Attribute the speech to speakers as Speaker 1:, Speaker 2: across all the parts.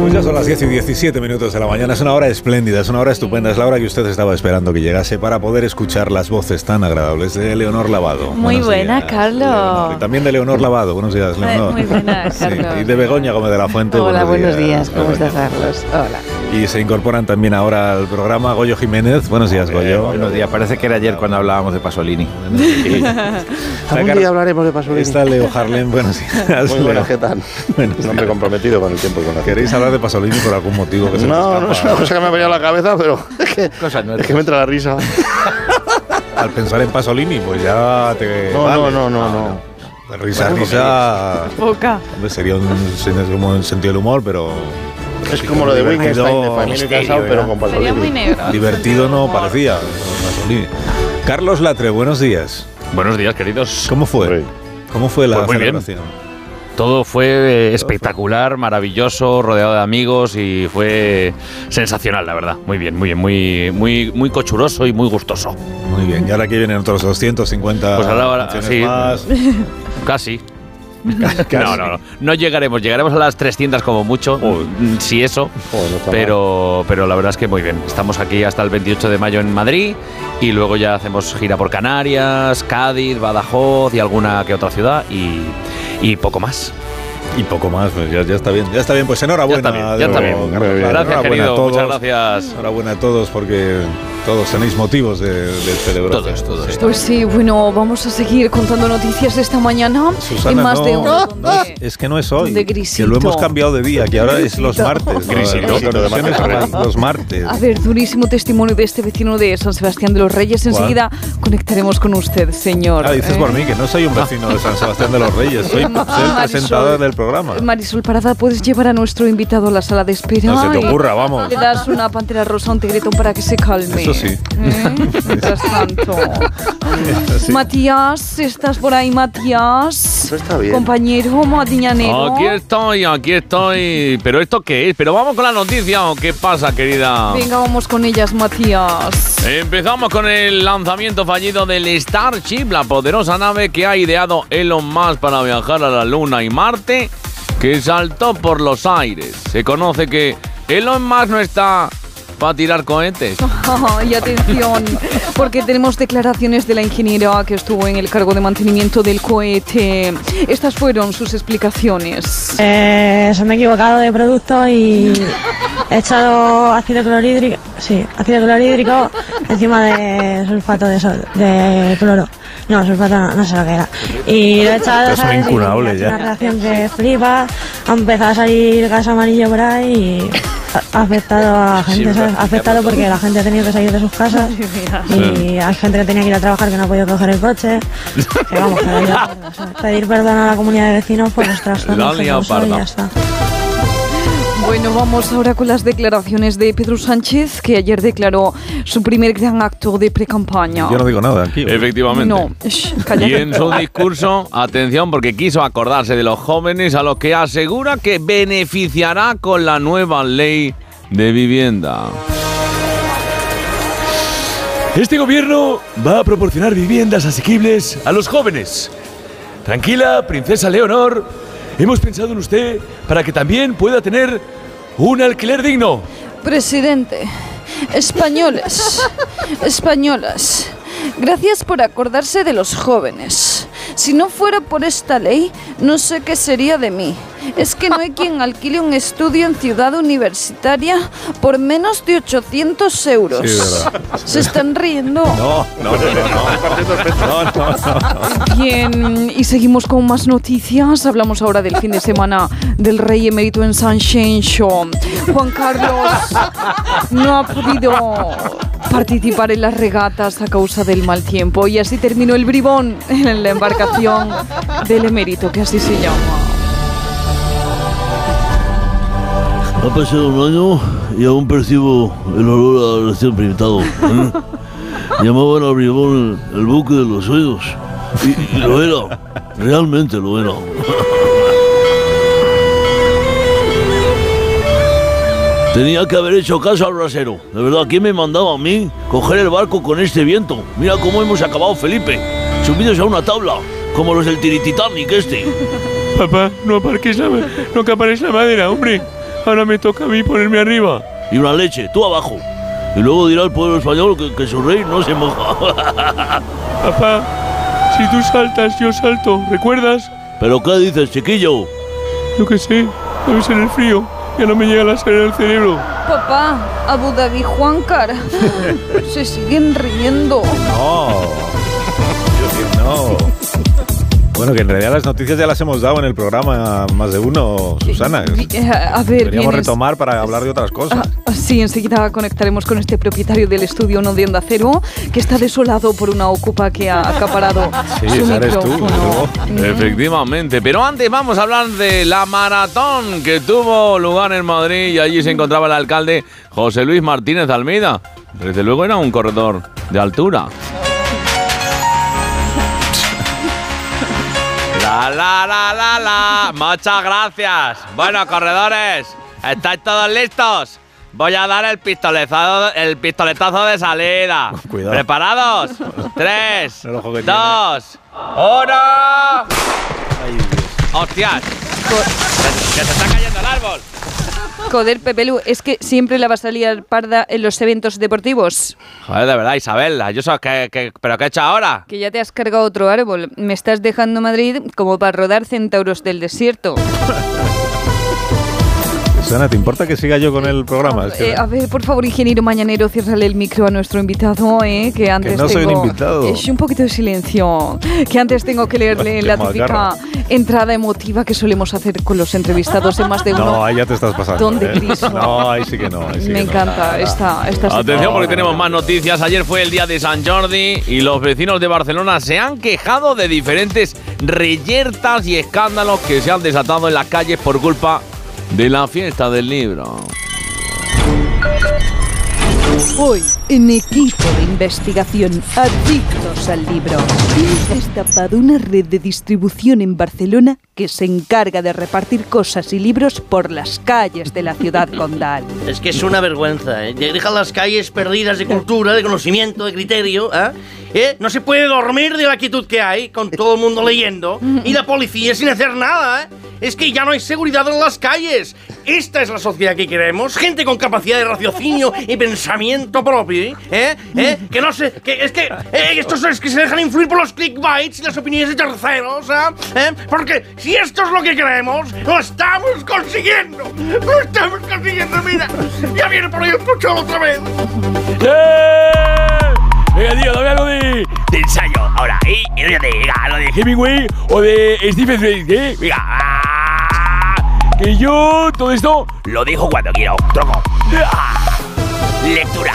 Speaker 1: Pues ya son las 10 y 17 minutos de la mañana. Es una hora espléndida, es una hora estupenda. Es la hora que usted estaba esperando que llegase para poder escuchar las voces tan agradables de Leonor Lavado.
Speaker 2: Muy
Speaker 1: Buenos
Speaker 2: buena,
Speaker 1: días,
Speaker 2: Carlos.
Speaker 1: Leonor. Y también de Leonor Lavado. Buenos días, Leonor.
Speaker 2: Muy buena,
Speaker 1: Sí,
Speaker 2: Carlos.
Speaker 1: Y de Begoña Gómez de la Fuente.
Speaker 2: Hola, buenos días. ¿Cómo
Speaker 1: Begoña.
Speaker 2: estás, Carlos? Hola.
Speaker 1: Y se incorporan también ahora al programa Goyo Jiménez. Buenos días,
Speaker 3: Eh,
Speaker 1: Goyo.
Speaker 3: buenos días, parece que era ayer cuando hablábamos de Pasolini.
Speaker 1: Está
Speaker 4: Algún
Speaker 1: Carlos-
Speaker 4: día hablaremos de Pasolini.
Speaker 1: Está Leo Harlem. Buenos días.
Speaker 4: Muy buenas, ¿qué
Speaker 1: Leo.
Speaker 4: tal?
Speaker 1: Buenos
Speaker 4: No me he comprometido con el tiempo y con la gente.
Speaker 1: ¿Queréis hablar de Pasolini por algún motivo que se
Speaker 4: No,
Speaker 1: nos
Speaker 4: no es
Speaker 1: escapa?
Speaker 4: una cosa que me ha venido a la cabeza, pero es que,
Speaker 3: Cosas
Speaker 4: es que me
Speaker 3: nuevas.
Speaker 4: entra la risa.
Speaker 1: Al pensar en Pasolini, pues ya te.
Speaker 4: No,
Speaker 1: vale. Ah,
Speaker 4: no, no, no, Ah, eh, no.
Speaker 1: Risa, risa.
Speaker 2: Poca.
Speaker 1: Hombre, sería un, sería como un sentido del humor, pero
Speaker 4: Es como lo de
Speaker 1: Divertido,
Speaker 4: Wittgenstein de Family
Speaker 1: hostia,
Speaker 4: Casado,
Speaker 1: ¿verdad?
Speaker 4: pero con
Speaker 2: Sería muy
Speaker 4: Pasolini.
Speaker 2: negro.
Speaker 1: divertido no parecía. Pasolini. Carlos Latre, buenos días.
Speaker 5: Buenos días, queridos.
Speaker 1: ¿Cómo fue?
Speaker 4: Sí.
Speaker 1: ¿Cómo fue la
Speaker 5: Pues muy bien.
Speaker 1: celebración?
Speaker 5: Todo fue eh, espectacular, maravilloso, rodeado de amigos y fue sensacional, la verdad. Muy bien, muy bien, muy muy muy cochuroso y muy gustoso.
Speaker 1: Muy bien. Y ahora que vienen otros 250
Speaker 5: Pues ahora- ahora-
Speaker 1: canciones
Speaker 5: sí.
Speaker 1: más.
Speaker 5: Casi. No, no, no. No llegaremos, llegaremos a las 300 como mucho, mm, si eso.
Speaker 4: Joder, no está mal.
Speaker 5: Pero, pero la verdad es que muy bien. Estamos aquí hasta el 28 de mayo en Madrid y luego ya hacemos gira por Canarias, Cádiz, Badajoz y alguna que otra ciudad y, y poco más.
Speaker 1: Y poco más, pues ya, ya está bien. Ya está bien, pues enhorabuena.
Speaker 5: Ya está bien,
Speaker 1: de
Speaker 5: ya está
Speaker 1: nuevo,
Speaker 4: bien.
Speaker 1: Carlos
Speaker 4: Muy bien.
Speaker 1: Latre.
Speaker 5: Gracias,
Speaker 1: Enhorabuena a
Speaker 5: querido.
Speaker 1: todos.
Speaker 5: Muchas gracias.
Speaker 1: Enhorabuena a todos porque todos tenéis motivos de, de celebración.
Speaker 5: Todos, todos.
Speaker 1: Sí.
Speaker 2: Pues sí, bueno, vamos a seguir contando noticias esta mañana.
Speaker 1: Susana,
Speaker 2: en más
Speaker 1: no,
Speaker 2: de uno.
Speaker 1: no, es- es que no es hoy.
Speaker 2: De
Speaker 1: que
Speaker 2: Grisito.
Speaker 1: lo hemos cambiado de día, que ahora es los martes. ¿no?
Speaker 4: Grisito.
Speaker 1: Las conexiones son
Speaker 4: Grisito.
Speaker 1: las- los martes.
Speaker 2: A ver, durísimo testimonio de este vecino de San Sebastián de los Reyes.
Speaker 1: ¿Cuál?
Speaker 2: Enseguida conectaremos con usted, señor.
Speaker 1: Ah, dices
Speaker 2: Eh,
Speaker 1: por mí, que no soy un vecino de San Sebastián de los Reyes, soy, soy el
Speaker 2: Marisol.
Speaker 1: presentador del programa.
Speaker 2: Marisol Parada, ¿puedes llevar a nuestro invitado a la sala de espera?
Speaker 1: No se
Speaker 2: Y
Speaker 1: te ocurra, vamos.
Speaker 2: Le das una pantera rosa a un tigretón para que se calme.
Speaker 1: Eso sí.
Speaker 2: ¿Eh? Mientras tanto.
Speaker 1: Sí.
Speaker 2: Matías, ¿estás por ahí, Matías?
Speaker 4: Eso está bien.
Speaker 2: Compañero madriñanero.
Speaker 5: Aquí estoy, aquí estoy. ¿Pero esto qué es? ¿Pero vamos con la noticia o qué pasa, querida?
Speaker 2: Venga, vamos con ellas, Matías.
Speaker 5: Empezamos con el lanzamiento fallido del Starship, la poderosa nave que ha ideado Elon Musk para viajar a la Luna y Marte, que saltó por los aires. Se conoce que Elon Musk no está para tirar cohetes.
Speaker 2: y atención, porque tenemos declaraciones de la ingeniera que estuvo en el cargo de mantenimiento del cohete. Estas fueron sus explicaciones.
Speaker 6: Eh, se me he equivocado de producto y he echado ácido clorhídrico, sí, ácido clorhídrico encima de sulfato de, sol- de cloro. No, sulfato no, no sé lo que era. Y lo he echado,
Speaker 1: Es un
Speaker 6: ¿sabes? Y
Speaker 1: incurable
Speaker 6: ha hecho
Speaker 1: ya.
Speaker 6: una reacción que flipa, ha empezado a salir gas amarillo por ahí y ha afectado a gente, ¿sabes? Ha afectado porque la gente ha tenido que salir de sus casas y hay gente que tenía que ir a trabajar que no ha podido coger el coche. Que vamos, que vaya, o sea, pedir perdón a la comunidad de vecinos por los
Speaker 5: La
Speaker 6: trastornos
Speaker 5: han
Speaker 6: que
Speaker 5: liado
Speaker 6: causó y
Speaker 5: parda.
Speaker 6: ya está.
Speaker 2: Bueno, vamos ahora con las declaraciones de Pedro Sánchez, que ayer declaró su primer gran acto de precampaña.
Speaker 1: Yo no digo nada aquí.
Speaker 5: Eh, Efectivamente.
Speaker 2: No, shh,
Speaker 5: Y
Speaker 2: cállate.
Speaker 5: en su discurso, atención, porque quiso acordarse de los jóvenes a los que asegura que beneficiará con la nueva ley de vivienda.
Speaker 7: Este gobierno va a proporcionar viviendas asequibles a los jóvenes. Tranquila, princesa Leonor, hemos pensado en usted para que también pueda tener un alquiler digno.
Speaker 2: Presidente, españoles, españolas, gracias por acordarse de los jóvenes. Si no fuera por esta ley, no sé qué sería de mí. Es que no hay quien alquile un estudio en ciudad universitaria por menos de 800 euros.
Speaker 1: Sí, verdad.
Speaker 2: Se están riendo.
Speaker 1: No, no, no, no. No, no, no.
Speaker 2: Bien, y seguimos con más noticias. Hablamos ahora del fin de semana del rey emérito en San Show. Juan Carlos no ha podido participar en las regatas a causa del mal tiempo y así terminó el bribón en la embarcación del emérito, que así se llama.
Speaker 8: Ha pasado un año y aún percibo el olor a recién pintado. ¿eh? Llamaban a Bribón el, el buque de los sueños. Y, y lo era, realmente lo era. Tenía que haber hecho caso al rasero. De verdad, ¿quién me mandaba a mí coger el barco con este viento? Mira cómo hemos acabado, Felipe. Subidos a una tabla, como los del Tirititanic este.
Speaker 7: Papá, no aparques la, ma- no acapares la madera, hombre. Ahora me toca a mí ponerme arriba.
Speaker 8: y una leche, tú abajo. Y luego dirá el pueblo español que, que su rey no se moja.
Speaker 7: Papá, si tú saltas, yo salto, ¿recuerdas?
Speaker 8: ¿Pero qué dices, chiquillo?
Speaker 7: Yo qué sé, debes en el frío. Ya no me llega la sal en el cerebro.
Speaker 2: Papá, Abu Dhabi Juancar. Se siguen riendo.
Speaker 1: No. Yo que no. Bueno, que en realidad las noticias ya las hemos dado en el programa más de uno, Susana.
Speaker 2: Eh, A ver,
Speaker 1: Deberíamos
Speaker 2: vienes-
Speaker 1: retomar para hablar de otras cosas.
Speaker 2: Ah, Sí, enseguida conectaremos con este propietario del estudio No de Onda Cero, que está desolado por una ocupa que ha acaparado
Speaker 5: Sí,
Speaker 2: su
Speaker 5: esa eres tú,
Speaker 2: micrófono. Mm.
Speaker 5: Efectivamente, pero antes vamos a hablar de la maratón que tuvo lugar en Madrid y allí se encontraba el alcalde José Luis Martínez Almeida. Desde luego era un corredor de altura. La la la la la, muchas gracias. Bueno, corredores, ¿estáis todos listos? Voy a dar el pistoletazo, el pistoletazo de salida.
Speaker 1: Cuidado.
Speaker 5: ¿Preparados? Tres,
Speaker 1: El ojo que tiene.
Speaker 5: dos, uno. ¡Hostias! ¡Que se está cayendo el árbol!
Speaker 2: Joder, Pepelu, es que siempre la vas a liar parda en los eventos deportivos.
Speaker 5: Joder, de verdad, Isabela. Yo sé que, que- ¿Pero qué he hecho ahora?
Speaker 2: Que ya te has cargado otro árbol. Me estás dejando Madrid como para rodar centauros del desierto.
Speaker 1: Susana, ¿te importa que siga yo con el programa? Es que-
Speaker 2: Eh, a ver, por favor, ingeniero mañanero, ciérrale el micro a nuestro invitado, eh, que antes
Speaker 1: no soy un
Speaker 2: tengo...
Speaker 1: invitado.
Speaker 2: Es un poquito de silencio, que antes tengo que leerle
Speaker 1: Te
Speaker 2: la
Speaker 1: macarra.
Speaker 2: típica entrada emotiva que solemos hacer con los entrevistados en más de uno.
Speaker 1: no, ahí ya te estás pasando.
Speaker 2: ¿Dónde,
Speaker 1: ¿eh?
Speaker 2: Cris?
Speaker 1: No, ahí sí que no. ahí sí que
Speaker 2: Me
Speaker 1: no.
Speaker 2: encanta esta, esta
Speaker 5: Atención
Speaker 2: sección.
Speaker 5: porque tenemos más noticias. Ayer fue el día de San Jordi y los vecinos de Barcelona se han quejado de diferentes reyertas y escándalos que se han desatado en las calles por culpa de la fiesta del libro.
Speaker 9: Hoy, en equipo de investigación, adictos al libro, hemos destapado una red de distribución en Barcelona que se encarga de repartir cosas y libros por las calles de la ciudad condal.
Speaker 10: Es que es una vergüenza, ¿eh? Dejan las calles perdidas de cultura, de conocimiento, de criterio, ¿eh? ¿Eh? No se puede dormir de la actitud que hay, con todo el mundo leyendo, y la policía sin hacer nada, ¿eh? Es que ya no hay seguridad en las calles. Esta es la sociedad que queremos. Gente con capacidad de raciocinio y pensamiento propio, ¿eh? ¿Eh? ¿Eh? Que no sé, que es que eh, estos es que se dejan influir por los clickbaits y las opiniones de terceros, ¿ah? ¿eh? Porque si esto es lo que queremos, lo estamos consiguiendo. Lo estamos consiguiendo, mira. Ya viene por ahí un puchón otra vez.
Speaker 7: ¡Eh! Venga, tío, dame algo de, de ensayo. Ahora, ¿eh? Y ríete, venga, lo de Hemingway o de Stephen Drake, ¿eh? Venga. ah, Que yo todo esto lo dejo cuando quiero. Troco. Ah, lectura.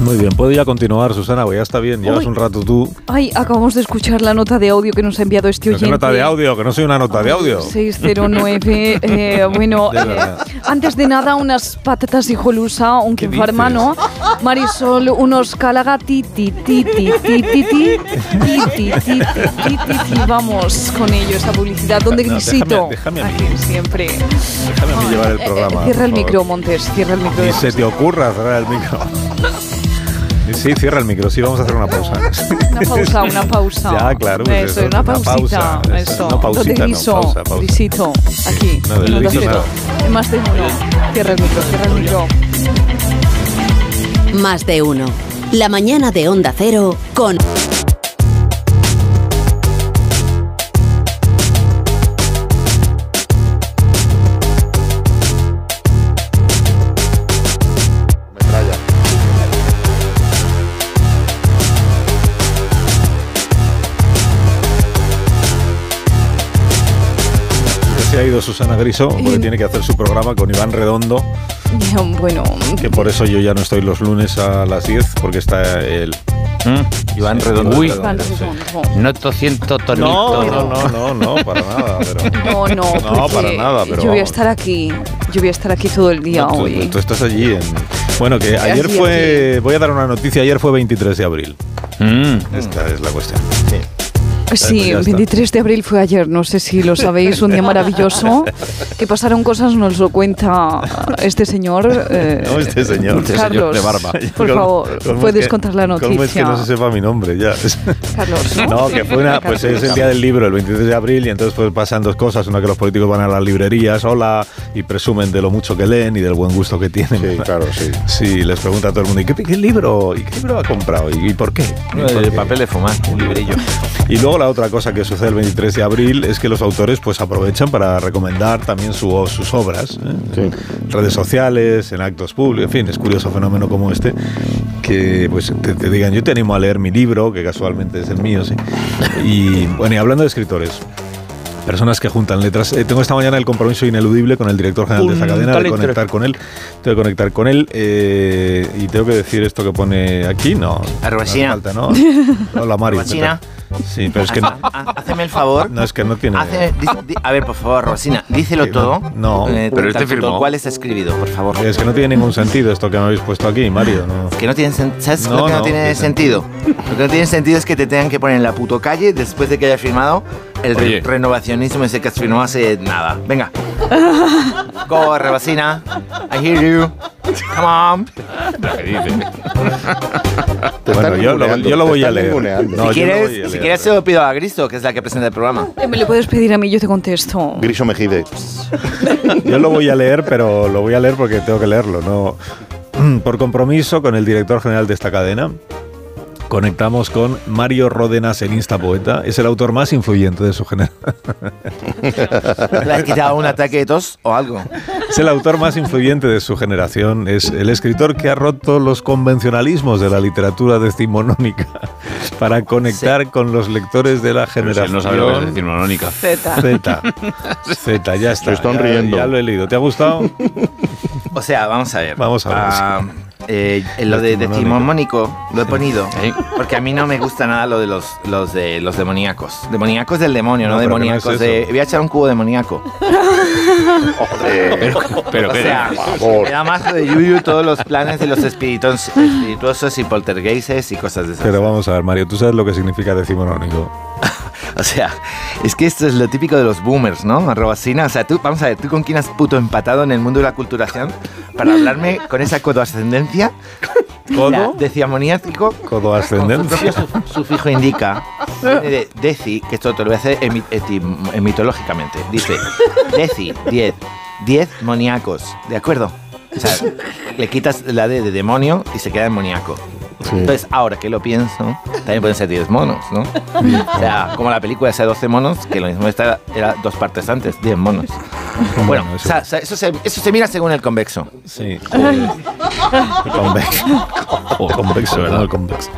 Speaker 1: Muy bien, puedo ya continuar, Susana, porque ya está bien. Llevas un rato tú.
Speaker 2: Ay, acabamos de escuchar la nota de audio que nos ha enviado este
Speaker 1: Pero
Speaker 2: oyente.
Speaker 1: qué nota de audio, que no soy una nota de audio.
Speaker 2: 609. eh, bueno,
Speaker 1: De verdad.
Speaker 2: eh, antes de nada, unas patatas y jolusa, un
Speaker 1: ¿Qué
Speaker 2: quinfarma, ¿no? Marisol, unos calaga, ti, ti, ti, ti, ti, ti, ti, ti, ti, ti, ti, ti, ti, Vamos con ello, esta publicidad. ¿Dónde
Speaker 1: No,
Speaker 2: Grisito?
Speaker 1: déjame- déjame a mí.
Speaker 2: Aquí siempre.
Speaker 1: Déjame a mí llevar el
Speaker 2: Eh, eh,
Speaker 1: programa.
Speaker 2: Cierra el
Speaker 1: por favor.
Speaker 2: micro, Montes, cierra el micro.
Speaker 1: Ni se te ocurra cerrar el micro. Sí, Sí, cierra el micro, sí, vamos a hacer una pausa.
Speaker 2: Una pausa, una pausa.
Speaker 1: Ya, claro, pues
Speaker 2: Eso,
Speaker 1: eso,
Speaker 2: una
Speaker 1: una
Speaker 2: pausita.
Speaker 1: pausa, eso,
Speaker 2: eso.
Speaker 1: no pausita,
Speaker 2: ¿Dónde
Speaker 1: no,
Speaker 2: griso?
Speaker 1: pausa, pausa.
Speaker 2: Grisito, aquí.
Speaker 1: no, del
Speaker 2: en Onda
Speaker 1: griso
Speaker 2: Cero.
Speaker 1: nada.
Speaker 2: En Más de uno. Cierra el micro, cierra el micro.
Speaker 11: Más de uno. La mañana de Onda Cero con
Speaker 1: Se ha ido Susana Griso, porque tiene que hacer su programa con Iván Redondo,
Speaker 2: Bien, Bueno,
Speaker 1: que por eso yo ya no estoy los lunes a las 10, porque está el...
Speaker 3: Iván
Speaker 1: ¿Mm? Redondo. Uy.
Speaker 2: Iván
Speaker 1: sí.
Speaker 2: Redondo.
Speaker 3: Noto ciento
Speaker 1: No, no, no, no, no, para nada. pero-
Speaker 2: No, no,
Speaker 1: No,
Speaker 2: porque
Speaker 1: para nada, pero
Speaker 2: yo voy a
Speaker 1: vamos.
Speaker 2: estar aquí Yo voy a estar aquí todo el día
Speaker 1: Tú,
Speaker 2: hoy.
Speaker 1: tú estás allí en... Bueno, que
Speaker 2: Estoy
Speaker 1: ayer
Speaker 2: aquí,
Speaker 1: fue... Voy a dar una noticia. Ayer fue 23 de abril.
Speaker 5: Mm.
Speaker 2: Mm.
Speaker 1: Esta es la cuestión.
Speaker 2: Eh, Sí,
Speaker 1: ya está.
Speaker 2: 23 de abril fue ayer, no sé si lo sabéis, un día maravilloso. Que pasaron cosas, nos lo cuenta este señor. eh,
Speaker 1: No, este señor.
Speaker 2: Este señor Carlos, de barba. por favor, puedes contar la
Speaker 1: ¿Cómo es que
Speaker 2: noticia?
Speaker 1: no se sepa mi nombre ya?
Speaker 2: Carlos, ¿no?
Speaker 1: No, que fue una, pues es el día del libro, el 23 de abril, y entonces pues pasan dos cosas. Una que los políticos van a las librerías, hola, y presumen de lo mucho que leen y del buen gusto que tienen. Sí, claro, sí. Sí, les pregunta a todo el mundo, ¿y qué, qué libro? ¿Y qué libro ha comprado? ¿Y, y por qué? ¿Y por
Speaker 3: El
Speaker 1: qué?
Speaker 3: papel Eh, de fumar, un librillo.
Speaker 1: Y luego la otra cosa que sucede el 23 de abril es que los autores pues aprovechan para recomendar también su- sus obras ¿eh? en redes sociales, en actos públicos, en fin, es curioso fenómeno como este que pues te, te digan yo te animo a leer mi libro que casualmente es el mío, sí. Y bueno, y hablando de escritores. Personas que juntan letras. Eh, tengo esta mañana el compromiso ineludible con el director general de esta cadena de
Speaker 3: Punta letra.
Speaker 1: conectar con él. Tengo que conectar con él eh, y tengo que decir esto que pone aquí. No.
Speaker 12: Arbasina.
Speaker 1: No hace falta, ¿no? Hola, Mario.
Speaker 12: Arbasina.
Speaker 1: Sí, pero es que no,
Speaker 12: Hazme el favor.
Speaker 1: no, es que no tiene.
Speaker 12: Hace- di- di- a ver, por favor, Rosina, díselo todo.
Speaker 1: No, este
Speaker 12: Eh, tal cual está escribido, por favor.
Speaker 1: Es que no tiene ningún sentido esto que me habéis puesto aquí, Mario. No.
Speaker 12: Que no tiene sen- ¿Sabes lo que no, tiene sentido? Lo que no tiene sentido es que te tengan que poner en la puto calle después de que hayas firmado el re-
Speaker 5: Oye.
Speaker 12: renovacionismo ese que has firmado hace nada. Venga. Go, Rebasina. I hear you. Come on.
Speaker 1: Bueno, yo lo, yo lo voy a leer. No,
Speaker 12: si
Speaker 1: yo lo
Speaker 12: quieres,
Speaker 1: voy a
Speaker 12: si
Speaker 1: leer.
Speaker 12: quieres se lo pido a Griso, que es la que presenta el programa.
Speaker 2: Eh, Me lo puedes pedir a mí, yo te contesto.
Speaker 1: Griso Mejide. Yo lo voy a leer, pero lo voy a leer porque tengo que leerlo. No, por compromiso con el director general de esta cadena. Conectamos con Mario Ródenas, el Instapoeta. Es el autor más influyente de su generación.
Speaker 12: ¿Le has quitado un ataque de tos o algo?
Speaker 1: Es el autor más influyente de su generación. Es el escritor que ha roto los convencionalismos de la literatura decimonónica para conectar con los lectores de la
Speaker 5: Pero si
Speaker 1: generación.
Speaker 5: él no sabe lo que es decir monónica.
Speaker 2: Z.
Speaker 1: Z. Z, ya está.
Speaker 12: Se están
Speaker 1: ya,
Speaker 12: riendo.
Speaker 1: Ya lo he leído. ¿Te ha gustado?
Speaker 12: O sea, vamos a ver.
Speaker 1: Vamos a ver,
Speaker 12: Ah, eh, en lo de decimonónico lo he ponido. Porque a mí no me gusta nada lo de los, los de los demoníacos. Demoníacos del demonio, no,
Speaker 5: No, pero que no
Speaker 12: demoníacos
Speaker 5: es
Speaker 12: de.
Speaker 5: eso.
Speaker 12: Voy a echar un cubo demoníaco.
Speaker 5: Pero, pero
Speaker 12: o
Speaker 5: que-
Speaker 12: sea, me da más de Yuyu todos los planes de los espiritus- espirituosos y poltergeises y cosas de esas.
Speaker 1: Pero vamos a ver, Mario, ¿tú sabes lo que significa decimonónico?
Speaker 12: O sea, es que esto es lo típico de los boomers, ¿no? Arrobacina, o sea, tú, vamos a ver, ¿tú con quién has puto empatado en el mundo de la culturación para hablarme con esa codoascendencia? ¿Codo? Deciamoniático.
Speaker 1: Codoascendencia.
Speaker 12: Su fijo indica. viene de Deci, que esto te lo voy a hacer emi- etim- eh, mitológicamente. Dice, Deci, 10. 10 moníacos, ¿de acuerdo? O sea, le quitas la D de demonio y se queda demoníaco. Entonces, ahora que lo pienso, también pueden ser 10 monos, ¿no? O sea, como la película esa de 12 monos, que lo mismo esta era dos partes antes, 10 monos. Bueno, o sea, o sea, eso, se, eso se mira según el convexo.
Speaker 1: Sí. Eh, Convexo. Convexo, ¿verdad? El convexo.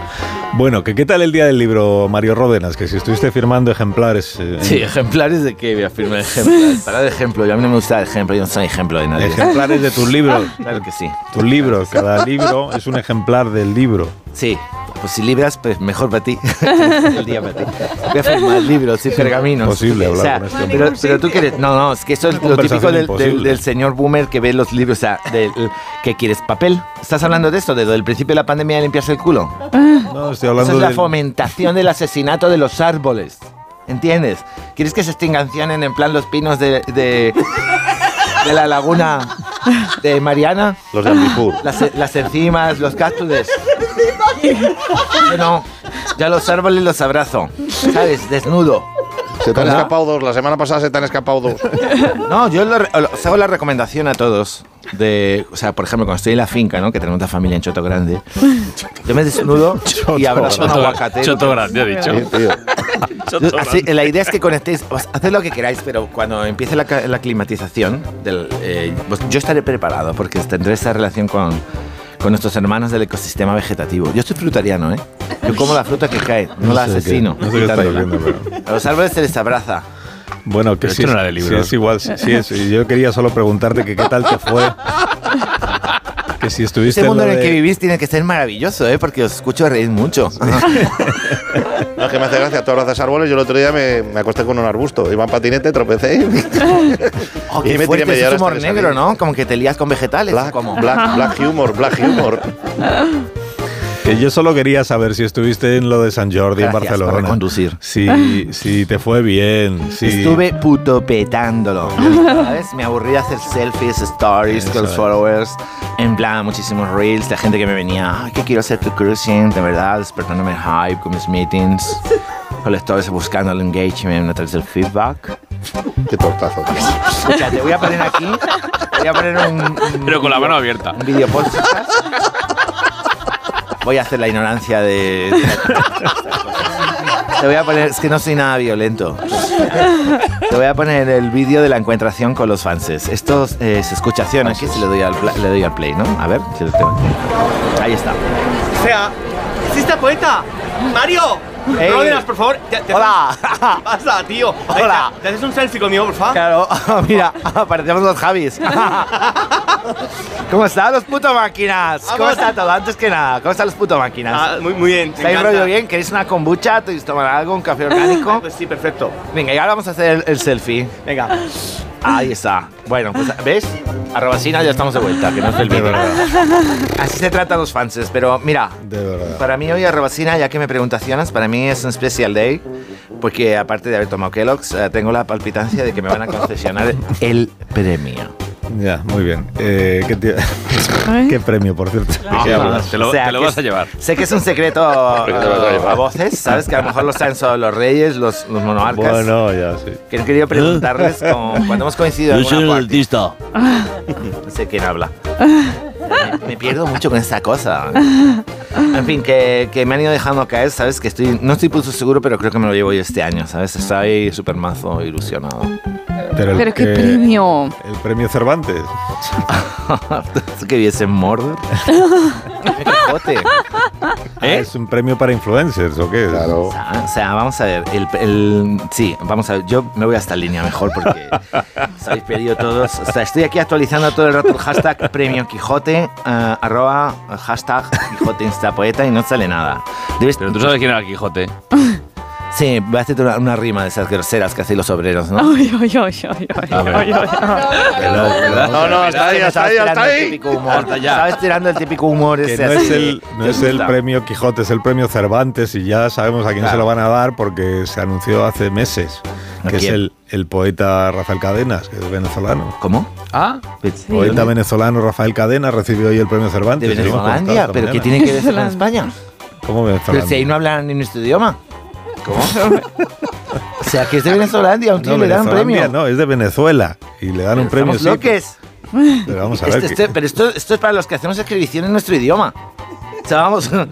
Speaker 1: Bueno, que ¿qué tal el día del libro, Mario Ródenas? Que si estuviste firmando ejemplares. eh,
Speaker 12: Sí, ejemplares de qué voy a firmar ejemplares. Para de ejemplo, yo a mí no me gusta el ejemplo, yo no soy ejemplo de nadie.
Speaker 1: Ejemplares de tus libros.
Speaker 12: Claro que sí.
Speaker 1: Tus libros, cada libro es un ejemplar del libro.
Speaker 12: Sí, pues si libras, pues mejor para ti. el día para ti. Voy a firmar libros y pergaminos.
Speaker 1: Imposible hablar
Speaker 12: O sea,
Speaker 1: con este hombre.
Speaker 12: pero, pero tú quieres. No, no, es que eso es lo
Speaker 1: conversación
Speaker 12: típico del, del-
Speaker 1: imposible.
Speaker 12: del señor boomer que ve los libros. O sea, del, que quieres papel. ¿Estás hablando de esto? ¿De lo del principio de la pandemia de limpiarse el culo?
Speaker 1: No, estoy
Speaker 12: Esa
Speaker 1: hablando
Speaker 12: es la
Speaker 1: del-
Speaker 12: fomentación del asesinato de los árboles. ¿Entiendes? ¿Quieres que se extingacionen en plan los pinos de, de, de la laguna de Mariana?
Speaker 4: Los de Ambipur.
Speaker 12: Las, e, las encimas, los cactus. Yo no. Ya los árboles los abrazo. ¿Sabes? Desnudo.
Speaker 4: Se te han
Speaker 12: Hola.
Speaker 4: escapado dos. La semana pasada se te han escapado dos.
Speaker 12: No, yo lo- os hago la recomendación a todos. De, o sea, por ejemplo, cuando estoy en la finca, ¿no? Que tenemos una familia en Choto Grande. Yo me desnudo y abrazo un
Speaker 5: Choto-
Speaker 12: aguacate.
Speaker 5: Choto grande, ha dicho.
Speaker 12: Sí, Así, la idea es que conectéis, os- haced lo que queráis, pero cuando empiece la, ca- la climatización, del, eh, pues yo estaré preparado porque tendré esa relación con, con nuestros hermanos del ecosistema vegetativo. Yo soy frutariano, ¿eh? Yo como la fruta que cae, no,
Speaker 1: No
Speaker 12: la
Speaker 1: sé qué-
Speaker 12: asesino.
Speaker 1: no sé qué estáis viendo,
Speaker 12: A los árboles se les abraza.
Speaker 1: Bueno, que
Speaker 12: Pero
Speaker 1: sí.
Speaker 12: esto no era de
Speaker 1: sí,
Speaker 12: libros.
Speaker 1: es igual, sí, sí es. Yo quería solo preguntarte que qué tal te fue. Que que si estuviste
Speaker 12: Este mundo
Speaker 1: en
Speaker 12: en
Speaker 1: lo
Speaker 12: el
Speaker 1: de-
Speaker 12: que vivís tiene que ser maravilloso, ¿eh? Porque os escucho reír mucho.
Speaker 4: No, es que me hace gracia, tú abrazas árboles. Yo el otro día me, me acosté con un arbusto. Iba en patinete, tropecé.
Speaker 12: Oh,
Speaker 4: Y
Speaker 12: qué
Speaker 4: me tiré
Speaker 12: fuerte,
Speaker 4: media
Speaker 12: eso
Speaker 4: hora
Speaker 12: es humor
Speaker 4: hasta que
Speaker 12: negro,
Speaker 4: salí.
Speaker 12: ¿no? Como que te lías con vegetales.
Speaker 4: Black,
Speaker 12: como
Speaker 4: black, black humor, black humor.
Speaker 1: Que yo solo quería saber si estuviste en lo de San Jordi
Speaker 12: Gracias
Speaker 1: en Barcelona.
Speaker 12: por reconducir.
Speaker 1: Si, si te fue bien. Si
Speaker 12: Estuve puto petándolo. ¿Sabes? Me aburrí de hacer selfies, stories
Speaker 1: Eso
Speaker 12: con
Speaker 1: es.
Speaker 12: followers. En plan, muchísimos reels de gente que me venía. Ay, que quiero hacer tu cruising, de verdad, despertándome el hype con mis meetings. Con los stories buscando el engagement a través del feedback.
Speaker 4: Qué tortazo.
Speaker 12: Escucha, te voy a poner aquí. te Voy a poner un, un
Speaker 5: Pero con la mano abierta.
Speaker 12: un video post. Voy a hacer la ignorancia de. Te voy a poner, es que no soy nada violento. Te voy a poner el vídeo de la encuentración con los fanses. Esto eh, se escucha acción aquí, si le doy, al pla- le doy al play, ¿no? A ver, si lo tengo. Ahí está.
Speaker 13: Sea, ¿existe poeta? Mario,
Speaker 12: Ey.
Speaker 13: Rodenas, por favor. Te- te-
Speaker 12: Hola.
Speaker 13: ¿Qué pasa, tío? Ay,
Speaker 12: Hola.
Speaker 13: ¿Te te haces un selfie conmigo, por favor?
Speaker 12: Claro, mira, parecemos los Javis. ¿Cómo están los putos máquinas? ¿Cómo
Speaker 13: Vamos.
Speaker 12: está todo? Antes que nada, ¿cómo están los putos máquinas?
Speaker 13: Ah, muy, muy bien. me
Speaker 12: ¿Está el
Speaker 13: encanta.
Speaker 12: rollo bien? ¿Queréis una kombucha? ¿Queréis tomar algo? ¿Un café orgánico?
Speaker 13: Pues sí, perfecto.
Speaker 12: Venga, y ahora vamos a hacer el, el selfie.
Speaker 13: Venga.
Speaker 12: Ahí está. Bueno, pues, ¿ves? Arrobacina, ya estamos de vuelta, que no es el vídeo. Así se tratan los fanses, pero mira,
Speaker 1: De verdad.
Speaker 12: para mí hoy Arrobacina, ya que me preguntacionas, para mí es un special day, porque aparte de haber tomado Kellogg's, eh, tengo la palpitancia de que me van a concesionar el premio.
Speaker 1: Ya, muy bien. Eh, ¿qué, te- qué premio, por cierto?
Speaker 12: Ah, Te lo- O sea, te lo que vas a es-
Speaker 5: llevar.
Speaker 12: Sé que es un secreto a, a voces, sabes que a lo mejor lo saben solo los reyes, los, los monarcas.
Speaker 1: Bueno, ya, sí.
Speaker 12: Que he querido preguntarles como cuando hemos coincidido en
Speaker 8: Ah. Yo soy
Speaker 12: alguna
Speaker 8: el
Speaker 12: parte.
Speaker 8: artista.
Speaker 12: No sé quién habla. Me, me pierdo mucho con esta cosa. En fin, que, que me han ido dejando caer, sabes que estoy. No estoy puesto seguro, pero creo que me lo llevo yo este año, ¿sabes? Estoy súper mazo ilusionado.
Speaker 1: Pero, el
Speaker 2: Pero qué
Speaker 1: que-
Speaker 2: premio.
Speaker 1: El premio Cervantes.
Speaker 12: que viese en Mordor. Quijote.
Speaker 1: Ah,
Speaker 12: ¿Eh?
Speaker 1: ¿Es un premio para influencers o qué? Claro.
Speaker 12: Ah, O sea, vamos a ver. El, el- sí, vamos a ver. Yo me voy a esta línea mejor porque os habéis pedido todos. O sea, estoy aquí actualizando todo el rato el hashtag premio Quijote, eh, arroba hashtag Quijote Instapoeta y no sale nada. Debes-
Speaker 5: Pero tú sabes quién era Quijote.
Speaker 12: Sí, voy a hacerte una, una rima de esas groseras que hacéis los obreros, ¿no?
Speaker 14: Ay, ay, ay, ay, ay,
Speaker 12: A ver.
Speaker 14: ay, ay, ay.
Speaker 4: No, no, hasta ahí,
Speaker 12: Me
Speaker 4: hasta
Speaker 12: estabas
Speaker 4: ahí, hasta
Speaker 12: tirando el
Speaker 4: ahí.
Speaker 12: típico humor. Estabas tirando el típico humor
Speaker 1: Que
Speaker 12: ese
Speaker 1: no es
Speaker 12: así,
Speaker 1: el, no
Speaker 12: que
Speaker 1: es el
Speaker 12: gusta.
Speaker 1: premio Quijote, es el premio Cervantes y ya sabemos a quién se
Speaker 12: Claro.
Speaker 1: lo van a dar porque se anunció hace meses que es
Speaker 12: quién?
Speaker 1: el, el poeta Rafael Cadenas, que es venezolano.
Speaker 12: ¿Cómo? Pues,
Speaker 5: Ah,
Speaker 1: Poeta
Speaker 12: ¿Dónde?
Speaker 1: venezolano Rafael Cadenas recibió hoy el premio Cervantes.
Speaker 12: De
Speaker 1: Pues, lo hemos comentado
Speaker 12: Venezolandia,
Speaker 1: esta
Speaker 12: pero ¿qué
Speaker 1: mañana.
Speaker 12: tiene que ver eso con España?
Speaker 1: ¿Cómo
Speaker 12: Pero
Speaker 1: Venezolandia?
Speaker 12: si ahí no hablan ni nuestro idioma. ¿Cómo? o sea, que es de Venezolandia, a un tío
Speaker 1: No,
Speaker 12: le dan
Speaker 1: Venezolandia
Speaker 12: premio.
Speaker 1: No, es de Venezuela y le dan un premio.
Speaker 12: Estamos
Speaker 1: sí,
Speaker 12: loques.
Speaker 1: pero vamos a ver.
Speaker 12: Este-
Speaker 1: que-
Speaker 12: este- pero esto, esto es para los que hacemos escribición en nuestro idioma. O sea, vamos. Buah,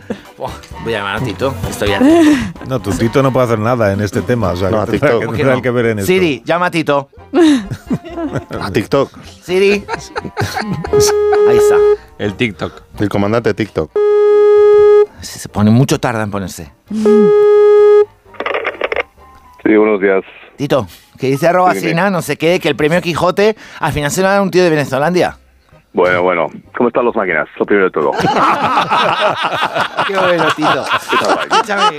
Speaker 12: Voy a llamar a Tito. Estoy ya.
Speaker 1: No, tu Tito no puede hacer nada en este tema. O sea,
Speaker 4: No,
Speaker 1: que tendrá
Speaker 4: Tito.
Speaker 1: que,
Speaker 4: ¿Cómo que
Speaker 1: tendrá
Speaker 4: no?
Speaker 1: que ver en esto.
Speaker 12: Siri, llama a Tito.
Speaker 4: A Ah, TikTok.
Speaker 12: Siri. Ahí está.
Speaker 5: El TikTok.
Speaker 4: El comandante TikTok.
Speaker 12: Si se pone mucho tarda en ponerse.
Speaker 15: Sí, buenos días.
Speaker 12: Tito, que dice arroba
Speaker 15: Dime.
Speaker 12: Sina, no sé qué, que el premio Quijote al final se lo da un tío de Venezolandia.
Speaker 15: Bueno, bueno, ¿cómo están los máquinas? Lo primero de todo.
Speaker 12: Qué bueno, Tito.
Speaker 15: ¿Qué tal vais?
Speaker 12: Escúchame.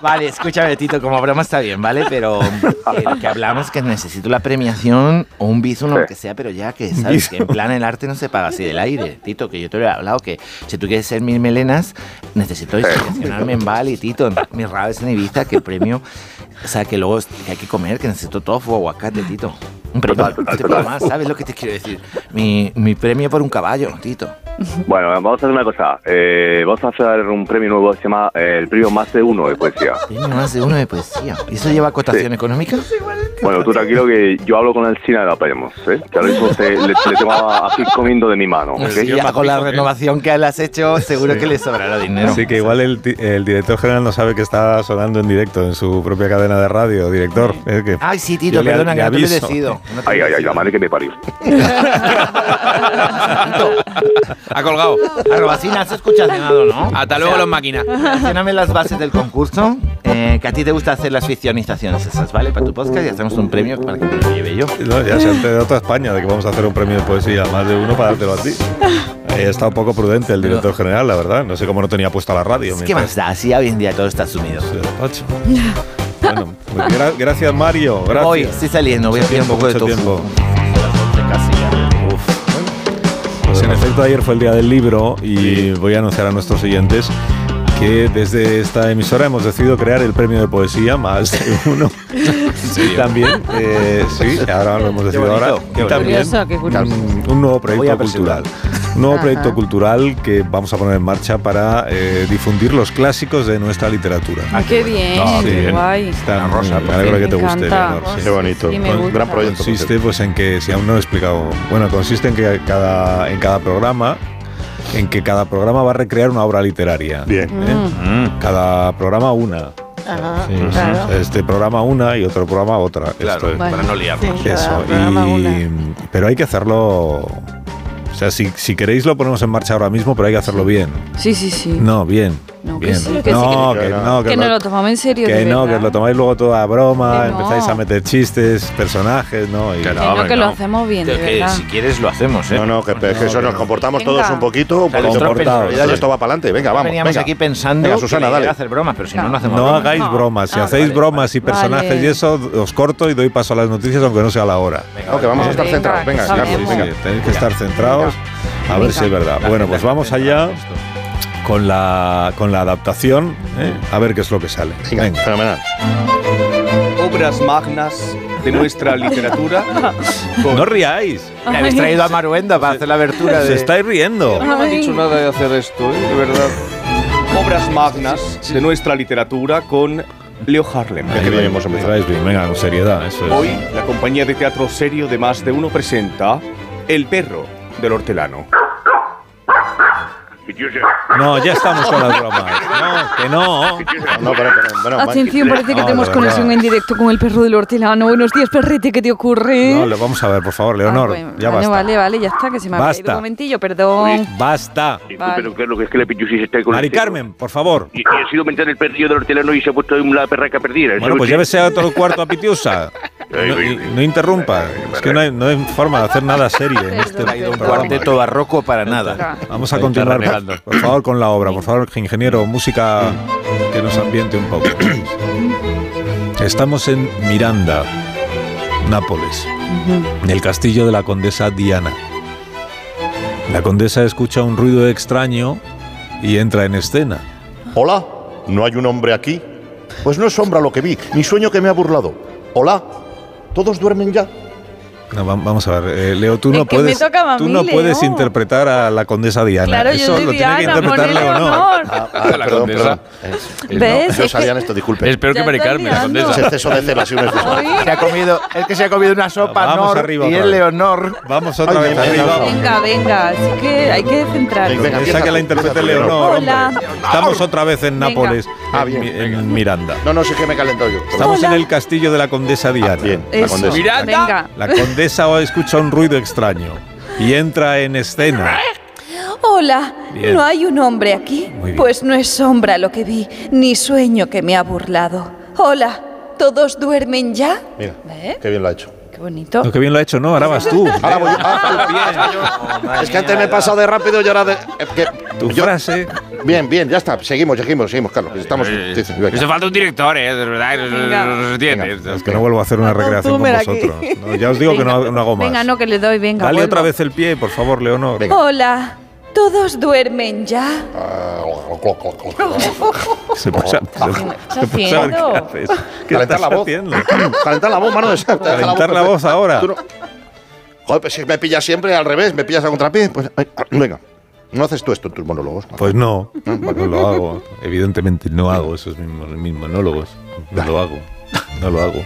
Speaker 12: Vale, escúchame, Tito, como broma está bien, ¿vale? Pero eh, lo que hablamos que necesito la premiación o un bizum o lo que sea, pero ya que sabes que en plan el arte no se paga así del aire, Tito, que yo te lo he hablado, que si tú quieres ser mis melenas, necesito discrecionarme en Bali, Tito, mis rabes en Ibiza, que el premio, o sea, que luego que hay que comer, que necesito tofu, aguacate, Tito. Un premio,
Speaker 15: Total, total,
Speaker 12: no te pido
Speaker 15: total.
Speaker 12: más, ¿sabes lo que te quiero decir? Mi, mi premio por un caballo, Tito.
Speaker 15: Bueno, vamos a hacer una cosa. Eh, vamos a hacer un premio nuevo que se llama eh, el premio más de uno de poesía.
Speaker 12: Premio más de uno de poesía. ¿Y eso lleva acotación económica?
Speaker 15: Bueno, tú tranquilo que yo hablo con el China y lo apañamos, ¿eh? Que ahora mismo te- le, le tengo a, a Pic comiendo de mi mano, ¿ok?
Speaker 12: Sí, ya con la renovación que le has hecho, seguro
Speaker 1: Sí.
Speaker 12: que le sobrará dinero.
Speaker 1: Así que igual el, ti- el director general no sabe que está sonando en directo en su propia cadena de radio, director. Es que
Speaker 12: Ay, sí, Tito,
Speaker 1: yo le-
Speaker 12: perdona,
Speaker 1: le
Speaker 12: que no te lo he
Speaker 1: aviso.
Speaker 12: decido. No te
Speaker 15: Ay,
Speaker 12: lo he
Speaker 15: ay, ay, la madre que me parió.
Speaker 12: decido.
Speaker 16: Ha colgado.
Speaker 12: Arrobacina, has escuchado nada, ¿no?
Speaker 16: Hasta luego, los máquinas.
Speaker 12: Mencióname las bases del concurso, eh, que a ti te gusta hacer las ficcionizaciones esas, ¿vale? Para tu podcast y hacemos un premio para que te lo lleve yo.
Speaker 1: No, ya se ha enterado toda España de que vamos a hacer un premio de poesía, más de uno para dártelo a ti. He estado poco prudente el director general, la verdad. No sé cómo no tenía puesta la radio.
Speaker 12: ¿Qué más da? Si ya hoy en día todo está sumido.
Speaker 1: Bueno, pues gra- gracias, Mario. Gracias.
Speaker 12: Hoy estoy saliendo, voy a
Speaker 1: Mucho
Speaker 12: pedir un poco de
Speaker 1: tiempo,
Speaker 12: tofu.
Speaker 1: mucho Pues en efecto, ayer fue el día del libro y voy a anunciar a nuestros oyentes que desde esta emisora hemos decidido crear el premio de poesía más de uno. Y también, eh, sí, ahora lo hemos decidido
Speaker 12: bonito,
Speaker 1: ahora.
Speaker 12: qué
Speaker 1: Y también
Speaker 12: bonito. Curioso, qué curioso.
Speaker 1: un- un nuevo
Speaker 12: Voy a
Speaker 1: proyecto
Speaker 12: perseguirlo.
Speaker 1: cultural. Un nuevo
Speaker 12: Ajá.
Speaker 1: proyecto cultural que vamos a poner en marcha para eh, difundir los clásicos de nuestra literatura.
Speaker 2: Ah, qué bien,
Speaker 1: Ah,
Speaker 2: qué guay.
Speaker 1: Está
Speaker 2: La
Speaker 1: muy-
Speaker 2: rosa,
Speaker 1: me
Speaker 2: por
Speaker 1: alegro
Speaker 2: fin.
Speaker 1: que te
Speaker 2: Me
Speaker 1: guste,
Speaker 2: encanta.
Speaker 1: Leonor,
Speaker 2: Sí, bongusta. Sí, me gusta. Gran proyecto, por
Speaker 1: Consiste pues en que, si aún no lo he explicado, bueno, consiste en que cada, en cada programa en que cada programa va a recrear una obra literaria. Bien.
Speaker 2: Mm.
Speaker 1: Cada programa una.
Speaker 14: Ajá,
Speaker 1: Sí, sí.
Speaker 14: claro.
Speaker 1: Este programa una y otro programa otra.
Speaker 16: Claro,
Speaker 1: Esto es.
Speaker 16: para no liarnos. Sí,
Speaker 1: Eso,
Speaker 16: cada programa
Speaker 1: y- pero hay que hacerlo. O sea, si, si queréis lo ponemos en marcha ahora mismo, pero hay que hacerlo bien.
Speaker 2: Sí, sí, sí.
Speaker 1: No, bien.
Speaker 2: No, que
Speaker 1: bien.
Speaker 2: sí, que
Speaker 1: no,
Speaker 2: sí,
Speaker 1: que no, que
Speaker 2: Que no
Speaker 1: lo-
Speaker 2: lo tomamos en serio.
Speaker 1: que
Speaker 2: de
Speaker 1: no, que
Speaker 2: verdad.
Speaker 1: lo tomáis luego toda a broma,
Speaker 2: Que no.
Speaker 1: empezáis a meter chistes, personajes, ¿no? Y-
Speaker 2: Que no, que lo hacemos bien, de verdad.
Speaker 12: quieres lo hacemos, ¿eh?
Speaker 4: No, no, que, que eso nos comportamos
Speaker 2: Venga.
Speaker 4: todos un poquito.
Speaker 1: Claro,
Speaker 4: porque-
Speaker 1: comportados,
Speaker 4: entonces
Speaker 1: sí.
Speaker 4: esto va para adelante. Venga, vamos.
Speaker 12: Veníamos
Speaker 4: venga.
Speaker 12: aquí pensando
Speaker 4: Venga, Susana,
Speaker 12: que la idea
Speaker 4: dale.
Speaker 12: era hacer bromas, pero si no, no hacemos
Speaker 1: No
Speaker 12: bromas.
Speaker 1: hagáis bromas. Si hacéis bromas y personajes
Speaker 12: Vale.
Speaker 1: y eso, os corto y doy paso a las noticias, aunque no sea la hora.
Speaker 4: No, que vamos a estar Venga, centrados. Venga, que Carlos, sabemos. venga.
Speaker 1: tenéis que estar centrados. A ver si es verdad. Bueno, pues vamos allá con la, con la adaptación. ¿eh? A ver qué es lo que sale. Venga. Fenomenal.
Speaker 13: Obras magnas de nuestra literatura.
Speaker 1: No riáis.
Speaker 13: Me habéis traído a Maruenda para hacer la abertura
Speaker 1: Se estáis riendo.
Speaker 13: No me han dicho nada de hacer esto, ¿eh? de verdad. Obras magnas de nuestra literatura con Leo Harlem.
Speaker 1: Ahí vais- vais bien, Venga, con seriedad. Eso es.
Speaker 13: Hoy, la compañía de teatro serio de más de uno presenta El perro del hortelano.
Speaker 1: No, ya estamos con las bromas. No, que no.
Speaker 4: No, pero, pero, bueno,
Speaker 2: Atención, parece que
Speaker 1: No,
Speaker 2: tenemos
Speaker 1: de
Speaker 2: conexión
Speaker 1: verdad.
Speaker 2: en directo con el perro del hortelano. Buenos días, perrete, ¿qué te ocurre?
Speaker 1: No, lo- vamos a ver, por favor, Leonor.
Speaker 2: Ah,
Speaker 1: Ya basta.
Speaker 2: bueno, vale, vale, ya está, que se me ha
Speaker 1: Basta.
Speaker 2: caído un momentillo, perdón.
Speaker 1: Basta.
Speaker 2: Vale.
Speaker 15: Pero claro, que es que la pichusi se está con
Speaker 1: Mari Carmen, por favor.
Speaker 15: Y, y ha sido mentar el perrillo del hortelano y se ha puesto ahí una perraca perdida.
Speaker 1: Bueno, pues
Speaker 15: ves.
Speaker 1: llévese a otro cuarto a Pitiusa. No, y- no interrumpa. Es que no hay, no hay forma de hacer nada serio en este
Speaker 12: Un
Speaker 1: programa.
Speaker 12: cuarteto barroco para nada.
Speaker 1: Vamos a continuar,
Speaker 12: renegando.
Speaker 1: por, por favor, con la obra. Por favor, ingeniero, música que nos ambiente un poco. Estamos en Miranda, Nápoles, en el castillo de la condesa Diana. La condesa escucha un ruido extraño y entra en escena.
Speaker 4: Hola, ¿no hay un hombre aquí? Pues no es sombra lo que vi, ni sueño que me ha burlado. Hola, ¿todos duermen ya?
Speaker 1: No, va- vamos a ver, eh, Leo, tú
Speaker 2: Es
Speaker 1: no
Speaker 2: que me
Speaker 1: puedes,
Speaker 2: tocaba a
Speaker 1: tú
Speaker 2: mí,
Speaker 1: no puedes
Speaker 2: Leo.
Speaker 1: interpretar a la condesa Diana.
Speaker 2: Claro, yo
Speaker 1: Eso
Speaker 2: soy
Speaker 1: lo tiene que
Speaker 2: Diana,
Speaker 1: interpretar
Speaker 2: ponele
Speaker 1: Leonor.
Speaker 2: honor.
Speaker 4: Ah, perdón, perdón.
Speaker 1: pues
Speaker 4: Eh,
Speaker 2: ¿Ves?
Speaker 4: no,
Speaker 2: Es
Speaker 4: yo sabía
Speaker 2: que-
Speaker 4: esto, disculpe.
Speaker 5: Es peor que Ya Mari está Carmen, la liando. condesa.
Speaker 4: Es exceso de celos y un exceso.
Speaker 12: Se ha comido, es que se ha comido una sopa,
Speaker 4: Vamos
Speaker 12: Nor,
Speaker 4: arriba
Speaker 12: y
Speaker 4: otra
Speaker 12: es
Speaker 4: vez.
Speaker 12: Leonor.
Speaker 1: Vamos otra
Speaker 12: Ay,
Speaker 1: vez
Speaker 12: venga,
Speaker 1: arriba.
Speaker 2: Venga, venga, así que hay que centrarnos.
Speaker 1: Venga, Esa que la interprete
Speaker 4: empieza tú,
Speaker 1: Leonor. hombre.
Speaker 2: Hola.
Speaker 1: Estamos otra vez en
Speaker 2: Venga.
Speaker 1: Nápoles,
Speaker 4: Ah,
Speaker 1: en
Speaker 4: bien,
Speaker 1: Mi- en, Miranda.
Speaker 4: No, no, sí que me he calentado yo.
Speaker 1: Estamos en el castillo de la condesa Diana.
Speaker 2: Eso, venga.
Speaker 1: La condesa escucha un ruido extraño y entra en escena.
Speaker 2: Hola,
Speaker 1: Bien.
Speaker 2: ¿no hay un hombre aquí?
Speaker 1: Muy bien.
Speaker 2: Pues no es sombra lo que vi, ni sueño que me ha burlado. Hola, ¿todos duermen ya?
Speaker 4: Mira,
Speaker 2: ¿Eh?
Speaker 4: qué bien lo ha hecho.
Speaker 2: Qué bonito.
Speaker 1: Lo que bien lo ha hecho, ¿no? Ahora vas tú.
Speaker 4: Ahora voy yo. Ah, es que antes me he pasado de rápido y ahora de. es que
Speaker 1: tu frase.
Speaker 4: Bien, bien, ya está. Seguimos, seguimos, seguimos, Carlos. Estamos. dice, venga.
Speaker 16: Eso falta un director, ¿eh? De verdad, no-
Speaker 2: Venga.
Speaker 16: no no se entiende.
Speaker 1: Es que no vuelvo a hacer una recreación con
Speaker 2: boomer aquí.
Speaker 1: vosotros. No, ya os digo que no, no hago más.
Speaker 2: Venga, no, que le doy, venga.
Speaker 1: Dale
Speaker 2: vuelvo.
Speaker 1: otra vez el pie, por favor, Leonor.
Speaker 2: Hola, ¿todos duermen ya?
Speaker 4: Ah,
Speaker 1: Se pasa- se- se pasa a ver
Speaker 2: haciendo?
Speaker 1: qué haces. ¿Qué
Speaker 4: Calentar
Speaker 1: estás
Speaker 4: la voz.
Speaker 1: haciendo?
Speaker 4: Calentar la voz, mano. esa-
Speaker 1: Calentar la voz ahora.
Speaker 4: Tú no- Joder, pues si me pillas siempre al revés, me pillas a contrapié. Pues, ay, ah, venga. No haces tú esto en tus monólogos.
Speaker 1: Pues no, no lo hago. Evidentemente no hago esos mismos, mis monólogos. No lo hago. No lo hago.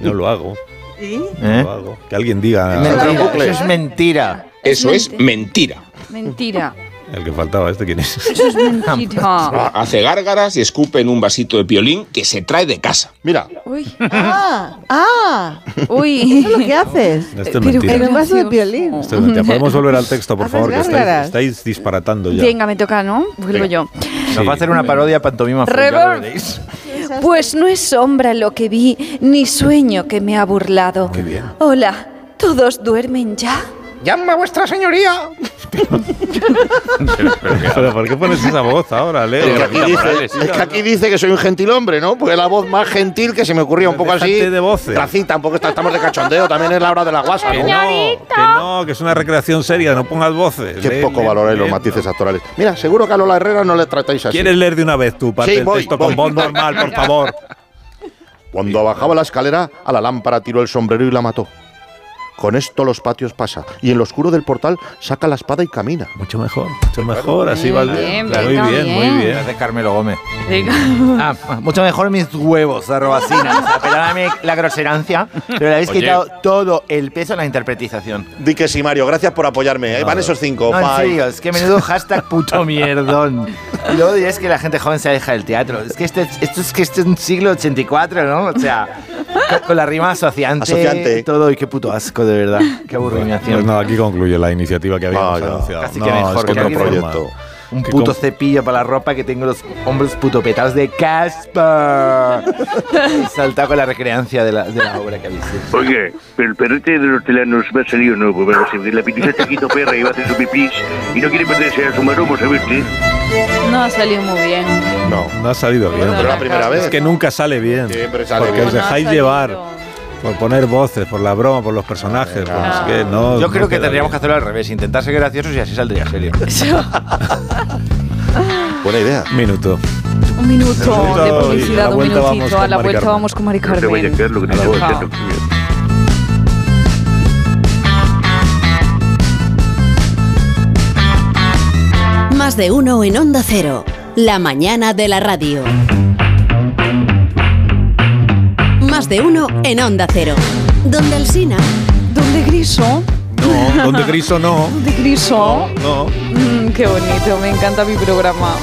Speaker 1: No lo hago.
Speaker 12: ¿Eh?
Speaker 1: No lo hago. Que alguien diga.
Speaker 12: Eso es mentira.
Speaker 2: Eso es
Speaker 1: mentira.
Speaker 2: Mentira.
Speaker 1: El que faltaba, ¿este quién es?
Speaker 2: Eso es mentira.
Speaker 17: Hace gárgaras y escupe en un vasito de piolín que se trae de casa. Mira.
Speaker 2: Uy.
Speaker 18: Ah, ah.
Speaker 2: Uy.
Speaker 18: Eso es lo que haces.
Speaker 1: Esto es Pero mentira. qué
Speaker 18: En un vaso de violín.
Speaker 1: Esto es mentira. Este, Podemos volver al texto, por
Speaker 18: Haces
Speaker 1: favor, que estáis,
Speaker 18: gárgaras.
Speaker 1: estáis disparatando ya.
Speaker 2: Venga, me toca, ¿no? Vuelvo
Speaker 1: Venga.
Speaker 2: yo.
Speaker 12: Nos va a hacer una parodia pantomima. full, ya lo
Speaker 2: Rever-
Speaker 12: veréis.
Speaker 2: Pues no es sombra lo que vi, ni sueño que me ha burlado.
Speaker 12: Muy bien.
Speaker 2: Hola, ¿todos duermen ya?
Speaker 14: Llama a vuestra señoría.
Speaker 1: Pero, ¿por qué pones esa voz ahora, Leo?
Speaker 4: Es que, aquí dice, es que aquí dice que soy un gentil hombre, ¿no? Pues la voz más gentil que se me ocurría un poco así.
Speaker 1: Déjate de voces.
Speaker 4: Rací, tampoco está- estamos de cachondeo, también es la hora de la guasa,
Speaker 1: Que
Speaker 4: ¿no?
Speaker 1: no, que no, que es una recreación seria, no pongas voces.
Speaker 4: Qué
Speaker 1: Lee,
Speaker 4: poco
Speaker 1: lee,
Speaker 4: valoráis
Speaker 1: lee.
Speaker 4: los matices actorales. Mira, seguro que a Lola Herrera no le tratáis así.
Speaker 1: ¿Quieres leer de una vez tu parte
Speaker 4: Sí,
Speaker 1: del
Speaker 4: voy,
Speaker 1: texto
Speaker 4: voy.
Speaker 1: con voz normal, por favor?
Speaker 4: Cuando bajaba la escalera, a la lámpara tiró el sombrero y la mató. Con esto los patios pasa, y en lo oscuro del portal saca la espada y camina.
Speaker 1: Mucho mejor, mucho mejor, así
Speaker 12: Muy
Speaker 1: va
Speaker 12: bien,
Speaker 1: Claro,
Speaker 12: venga,
Speaker 1: Muy bien, muy
Speaker 12: bien.
Speaker 1: bien.
Speaker 12: Es de Carmelo Gómez. Ah, mucho mejor mis huevos, arrobacina. O sea, perdóname la groserancia, pero le habéis
Speaker 4: Oye.
Speaker 12: quitado todo el peso a la interpretización.
Speaker 4: Di que sí, Mario, gracias por apoyarme. ¿eh? Van
Speaker 12: Nada.
Speaker 4: esos cinco.
Speaker 12: No, en
Speaker 4: bye.
Speaker 12: serio, es que menudo hashtag puto mierdón. Y luego dirías que la gente joven se aleja del teatro. Es que este, esto es que este es un siglo 84, ¿no? O sea, con, con la rima asociante,
Speaker 4: Asociante.
Speaker 12: todo. Y qué puto asco, de verdad. Qué aburrimiento.
Speaker 1: Pues nada, aquí concluye la iniciativa que habíamos
Speaker 4: Vaya,
Speaker 1: anunciado.
Speaker 12: Así
Speaker 1: No,
Speaker 12: que mejor
Speaker 1: es que
Speaker 12: que
Speaker 1: otro
Speaker 12: aquí
Speaker 1: proyecto.
Speaker 12: Un
Speaker 1: Que
Speaker 12: puto
Speaker 1: con-
Speaker 12: cepillo para la ropa que tengo los hombros puto petados de Casper. Saltado con la recreancia de la, de la obra que habéis hecho.
Speaker 19: Oiga, pero el perrete de los telanos va a salir o no,
Speaker 15: Pues,
Speaker 19: porque va a ser la pitita taquito perra y va a hacer su pipís y no quiere perderse a su
Speaker 15: pues,
Speaker 19: maromo, ¿sabe usted?
Speaker 18: No ha salido muy bien.
Speaker 1: No, no ha salido bien.
Speaker 4: Pero la primera vez.
Speaker 1: Es que nunca sale bien.
Speaker 4: Siempre sale
Speaker 1: porque
Speaker 4: bien.
Speaker 1: os
Speaker 4: No ha
Speaker 1: dejáis
Speaker 4: salido.
Speaker 1: llevar por poner voces, por la broma, por los personajes. por
Speaker 4: Ah.
Speaker 1: no sé qué. No,
Speaker 12: Yo
Speaker 1: no
Speaker 12: creo que
Speaker 1: queda
Speaker 12: tendríamos que hacerlo al revés, intentar ser graciosos y así saldría serio.
Speaker 4: Buena idea.
Speaker 1: Minuto.
Speaker 2: Un
Speaker 1: Un
Speaker 2: minuto
Speaker 1: minuto
Speaker 2: de
Speaker 1: y a la
Speaker 2: publicidad, un
Speaker 1: vuelta vamos
Speaker 2: minutito.
Speaker 1: con
Speaker 2: A la
Speaker 1: Mari
Speaker 2: vuelta
Speaker 1: Carmen.
Speaker 2: vamos con Mari
Speaker 1: se vaya a
Speaker 2: Carmen.
Speaker 1: quedar lo que
Speaker 2: A la
Speaker 1: no se
Speaker 2: vuelta.
Speaker 1: vaya a
Speaker 11: Más de uno en Onda Cero. La mañana de la radio. Más de uno en Onda Cero. Donde Alsina.
Speaker 2: Donde Griso.
Speaker 1: No, donde Griso no.
Speaker 2: Donde Griso.
Speaker 1: No,
Speaker 2: Mm, qué bonito, me encanta mi programa.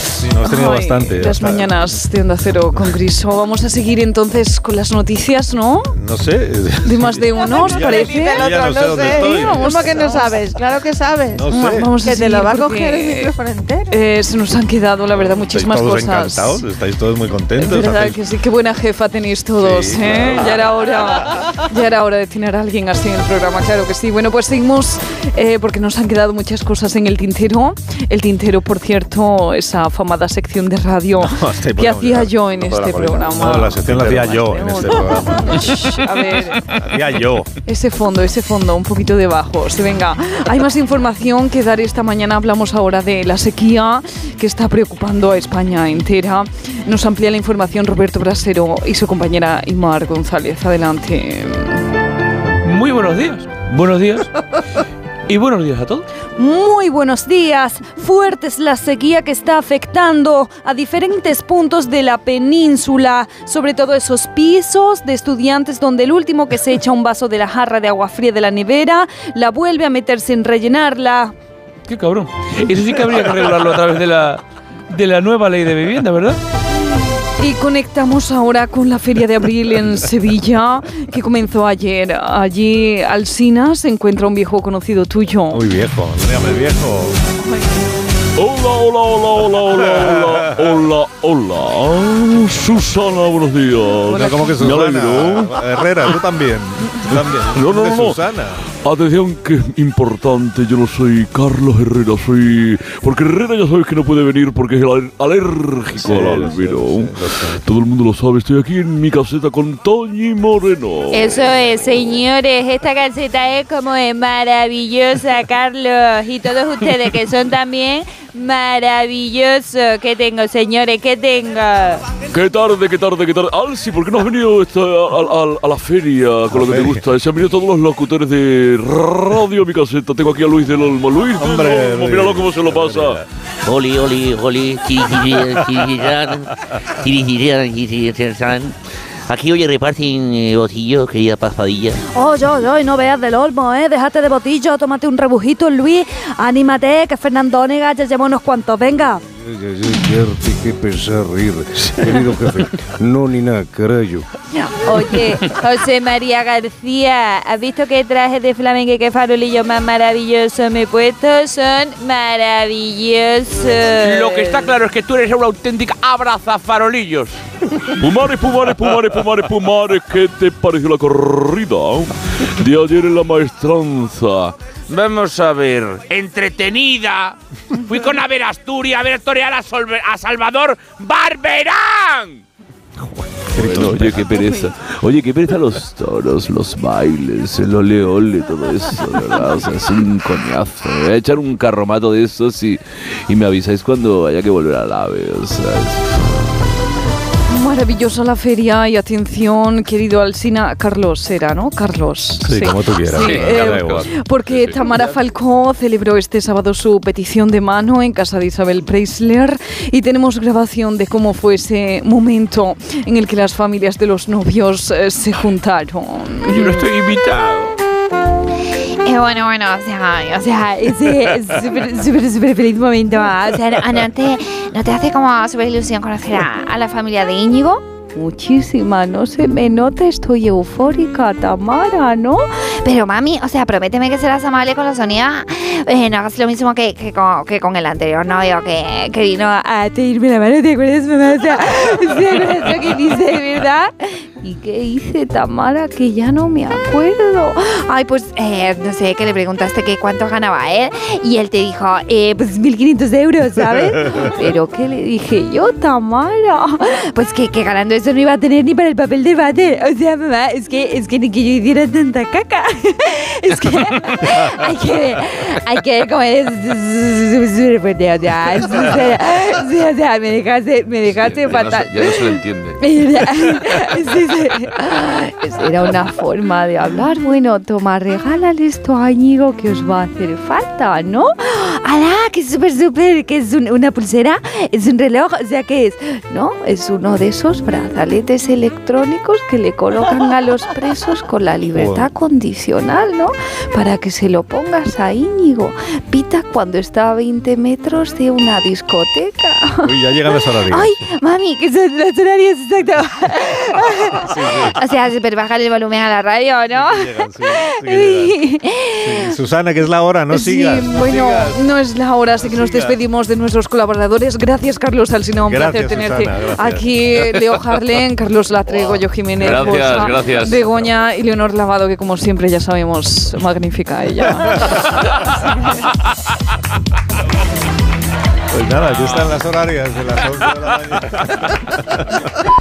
Speaker 1: sí, no has tenido
Speaker 2: Ay,
Speaker 1: bastante.
Speaker 2: Las
Speaker 1: hasta-
Speaker 2: mañanas de Onda Cero con Griso. Vamos a seguir entonces con las noticias, ¿no?
Speaker 1: No sé.
Speaker 2: De más de uno, ¿os
Speaker 1: Ya-
Speaker 2: parece?
Speaker 1: ya no sé dónde estoy.
Speaker 18: ¿Cómo que no sabes? Claro que sabes.
Speaker 1: No sé.
Speaker 2: Vamos a
Speaker 18: que te lo
Speaker 2: seguir
Speaker 18: va a
Speaker 2: porque,
Speaker 18: coger el micrófono entero.
Speaker 2: eh, se nos han quedado, la verdad,
Speaker 1: Estáis
Speaker 2: muchísimas
Speaker 1: todos
Speaker 2: cosas.
Speaker 1: encantados, estáis todos muy
Speaker 2: Es
Speaker 1: contentos.
Speaker 2: verdad
Speaker 1: hacéis-
Speaker 2: que sí, qué buena jefa tenéis todos,
Speaker 1: Sí,
Speaker 2: ¿eh?
Speaker 1: claro.
Speaker 2: Ya era hora, ya era hora de tener a alguien así en el programa, claro que sí. Bueno, pues seguimos eh, porque nos han quedado muchas cosas en el tintero. El tintero, por cierto, esa afamada sección de radio
Speaker 1: hasta ahí
Speaker 2: que
Speaker 1: podemos
Speaker 2: hacía
Speaker 1: llegar.
Speaker 2: yo en
Speaker 1: No podrá
Speaker 2: este
Speaker 1: colgar.
Speaker 2: programa.
Speaker 1: No, la sección la hacía yo en este programa.
Speaker 2: A ver.
Speaker 1: Hacía yo.
Speaker 2: Ese fondo, ese fondo, un poquito de bajo. Sí, venga, hay más información que dar esta mañana. Hablamos ahora de la sequía que está preocupando a España entera. Nos amplía la información Roberto Brasero y su compañera Imar González. Adelante.
Speaker 7: Muy buenos días. Buenos días. y buenos días a todos.
Speaker 20: Muy buenos días. Fuerte es la sequía que está afectando a diferentes puntos de la península, sobre todo esos pisos de estudiantes donde el último que se echa un vaso de la jarra de agua fría de la nevera la vuelve a meter sin rellenarla.
Speaker 7: Qué cabrón. Eso sí que habría que regularlo a través de la, de la nueva ley de vivienda, ¿verdad?
Speaker 2: Y conectamos ahora con la Feria de Abril en Sevilla, que comenzó ayer. Allí, Alsina, se encuentra un viejo conocido tuyo.
Speaker 1: Muy viejo, no me llames viejo.
Speaker 7: Hola, hola, hola, hola, hola, hola, hola. Susana, buenos días.
Speaker 1: No, ¿cómo que
Speaker 7: Me
Speaker 1: Susana?
Speaker 7: alegro.
Speaker 1: Herrera, tú también. Tú también.
Speaker 7: No, no,
Speaker 1: De
Speaker 7: no, no.
Speaker 1: Susana.
Speaker 7: Atención, que es importante, yo no soy Carlos Herrera, soy... Porque Herrera ya sabes que no puede venir porque es al- alérgico al albino. Todo el mundo lo sabe, estoy aquí en mi caseta con Toñi Moreno.
Speaker 21: Eso es, señores, esta calceta es como de maravillosa, Carlos. Y todos ustedes que son también maravillosos. ¿Qué tengo, señores? ¿Qué tengo?
Speaker 7: Qué tarde, qué tarde, qué tarde. Alsi, ¿por qué no has venido esta- a, a- a la feria con lo que te gusta? Se han venido todos los locutores de Radio Mi Caseta. Tengo aquí a Luis del Olmo. Luis del Olmo, míralo cómo se lo pasa.
Speaker 22: Oli, oli, oli, chirigiriran, chirigiriran, chirigiriran.
Speaker 6: Aquí, oye, reparten eh, botillos, querida pasadilla.
Speaker 20: Oh, yo, yo, y no veas del olmo, ¿eh? Déjate de botillo, tómate un rebujito, Luis. Anímate, que Fernando Onega ya lleva unos cuantos, venga.
Speaker 22: Ay, ay, ay, ya te que pensar rir, querido jefe. No, ni nada, carayo.
Speaker 21: Oye, José María García, ¿has visto qué traje de flamenco y qué farolillo más maravilloso me he puesto? Son maravillosos.
Speaker 16: Lo que está claro es que tú eres una auténtica abrazafarolillos.
Speaker 7: Pumares, pumares, pumares, pumares, pumares, ¿qué te pareció la corrida ¿eh? de ayer en la maestranza?
Speaker 16: Vamos a ver. Entretenida. Fui con a ver Asturias, a ver torear a, Solve- a Salvador Barberán.
Speaker 7: Bueno, oye, qué pereza. Oye, qué pereza los toros, los bailes, el ole ole, todo eso, de ¿verdad? O sea, es un coñazo. Voy a echar un carromato de esos y, y me avisáis cuando haya que volver al ave, o sea. es-
Speaker 2: Maravillosa la feria y atención, querido Alsina. Carlos será, ¿no? Carlos.
Speaker 1: Sí, como tú quieras.
Speaker 2: Sí,
Speaker 1: Sí,
Speaker 2: eh,
Speaker 1: da igual.
Speaker 2: porque Tamara Falcó celebró este sábado su petición de mano en casa de Isabel Preisler y tenemos grabación de cómo fue ese momento en el que las familias de los novios eh, se juntaron.
Speaker 16: Yo no estoy invitado.
Speaker 21: Eh, bueno, bueno, o sea, o sea ese es súper, súper, súper feliz momento. ¿ah? O sea, no, no te, ¿no te hace como súper ilusión conocer a, a la familia de Íñigo?
Speaker 20: Muchísima, no se me nota, estoy eufórica, Tamara, ¿no?
Speaker 21: Pero mami, o sea, prométeme que serás amable con la Sonia. Eh, no hagas lo mismo que, que con, que con el anterior novio que, que vino a pedirme la mano. ¿Te acuerdas, mamá? O sea, ¿te acuerdas lo que dice, verdad?
Speaker 20: ¿Y qué hice, Tamara? Que ya no me acuerdo.
Speaker 21: Ay, pues, eh, no sé, que le preguntaste que cuánto ganaba él y él te dijo, eh, pues 1.500 euros, ¿sabes? Pero ¿qué le dije yo, Tamara? Pues que, que ganando eso no iba a tener ni para el papel de váter. O sea, mamá, es que, es que ni que yo hiciera tanta caca. es que hay que ver, hay que ver cómo eres súper fuerte. O sea, es- o sea, sí, o sea, me dejaste, me dejaste fatal.
Speaker 5: le entiende.
Speaker 20: Sí, sí.
Speaker 2: Esa Era una forma de hablar.
Speaker 20: Hablar, bueno, toma, regálale esto a Íñigo que os va a hacer falta, ¿no? ¡Alá! Que es súper, súper, que es un- una pulsera, es un reloj, o sea, que es? ¿No?
Speaker 2: Es uno de esos brazaletes electrónicos que le colocan a los presos con la libertad condicional, ¿no? Para que se lo pongas a Íñigo. Pita cuando está a 20 metros de una discoteca.
Speaker 1: Uy, ya llegan los horarios.
Speaker 21: Ay, mami, que son los horarios exactos. O sea, super bajar el volumen a la radio, ¿no?
Speaker 1: Susana, que es la hora, no sigas.
Speaker 2: Sí,
Speaker 1: no
Speaker 2: bueno,
Speaker 1: sigas.
Speaker 2: no es la hora, así que nos
Speaker 1: sigas.
Speaker 2: despedimos de nuestros colaboradores. Gracias, Carlos Alsina, un
Speaker 1: Gracias,
Speaker 2: placer tenerte
Speaker 1: Susana, gracias.
Speaker 2: aquí. Leo Harlen, Carlos Latrego, Yo Jiménez,
Speaker 5: Gracias,
Speaker 2: Bosa,
Speaker 5: gracias.
Speaker 2: Begoña y Leonor Lavado, que como siempre ya sabemos, magnífica ella.
Speaker 1: Pues nada, ya están las horarias de las 11 de la mañana.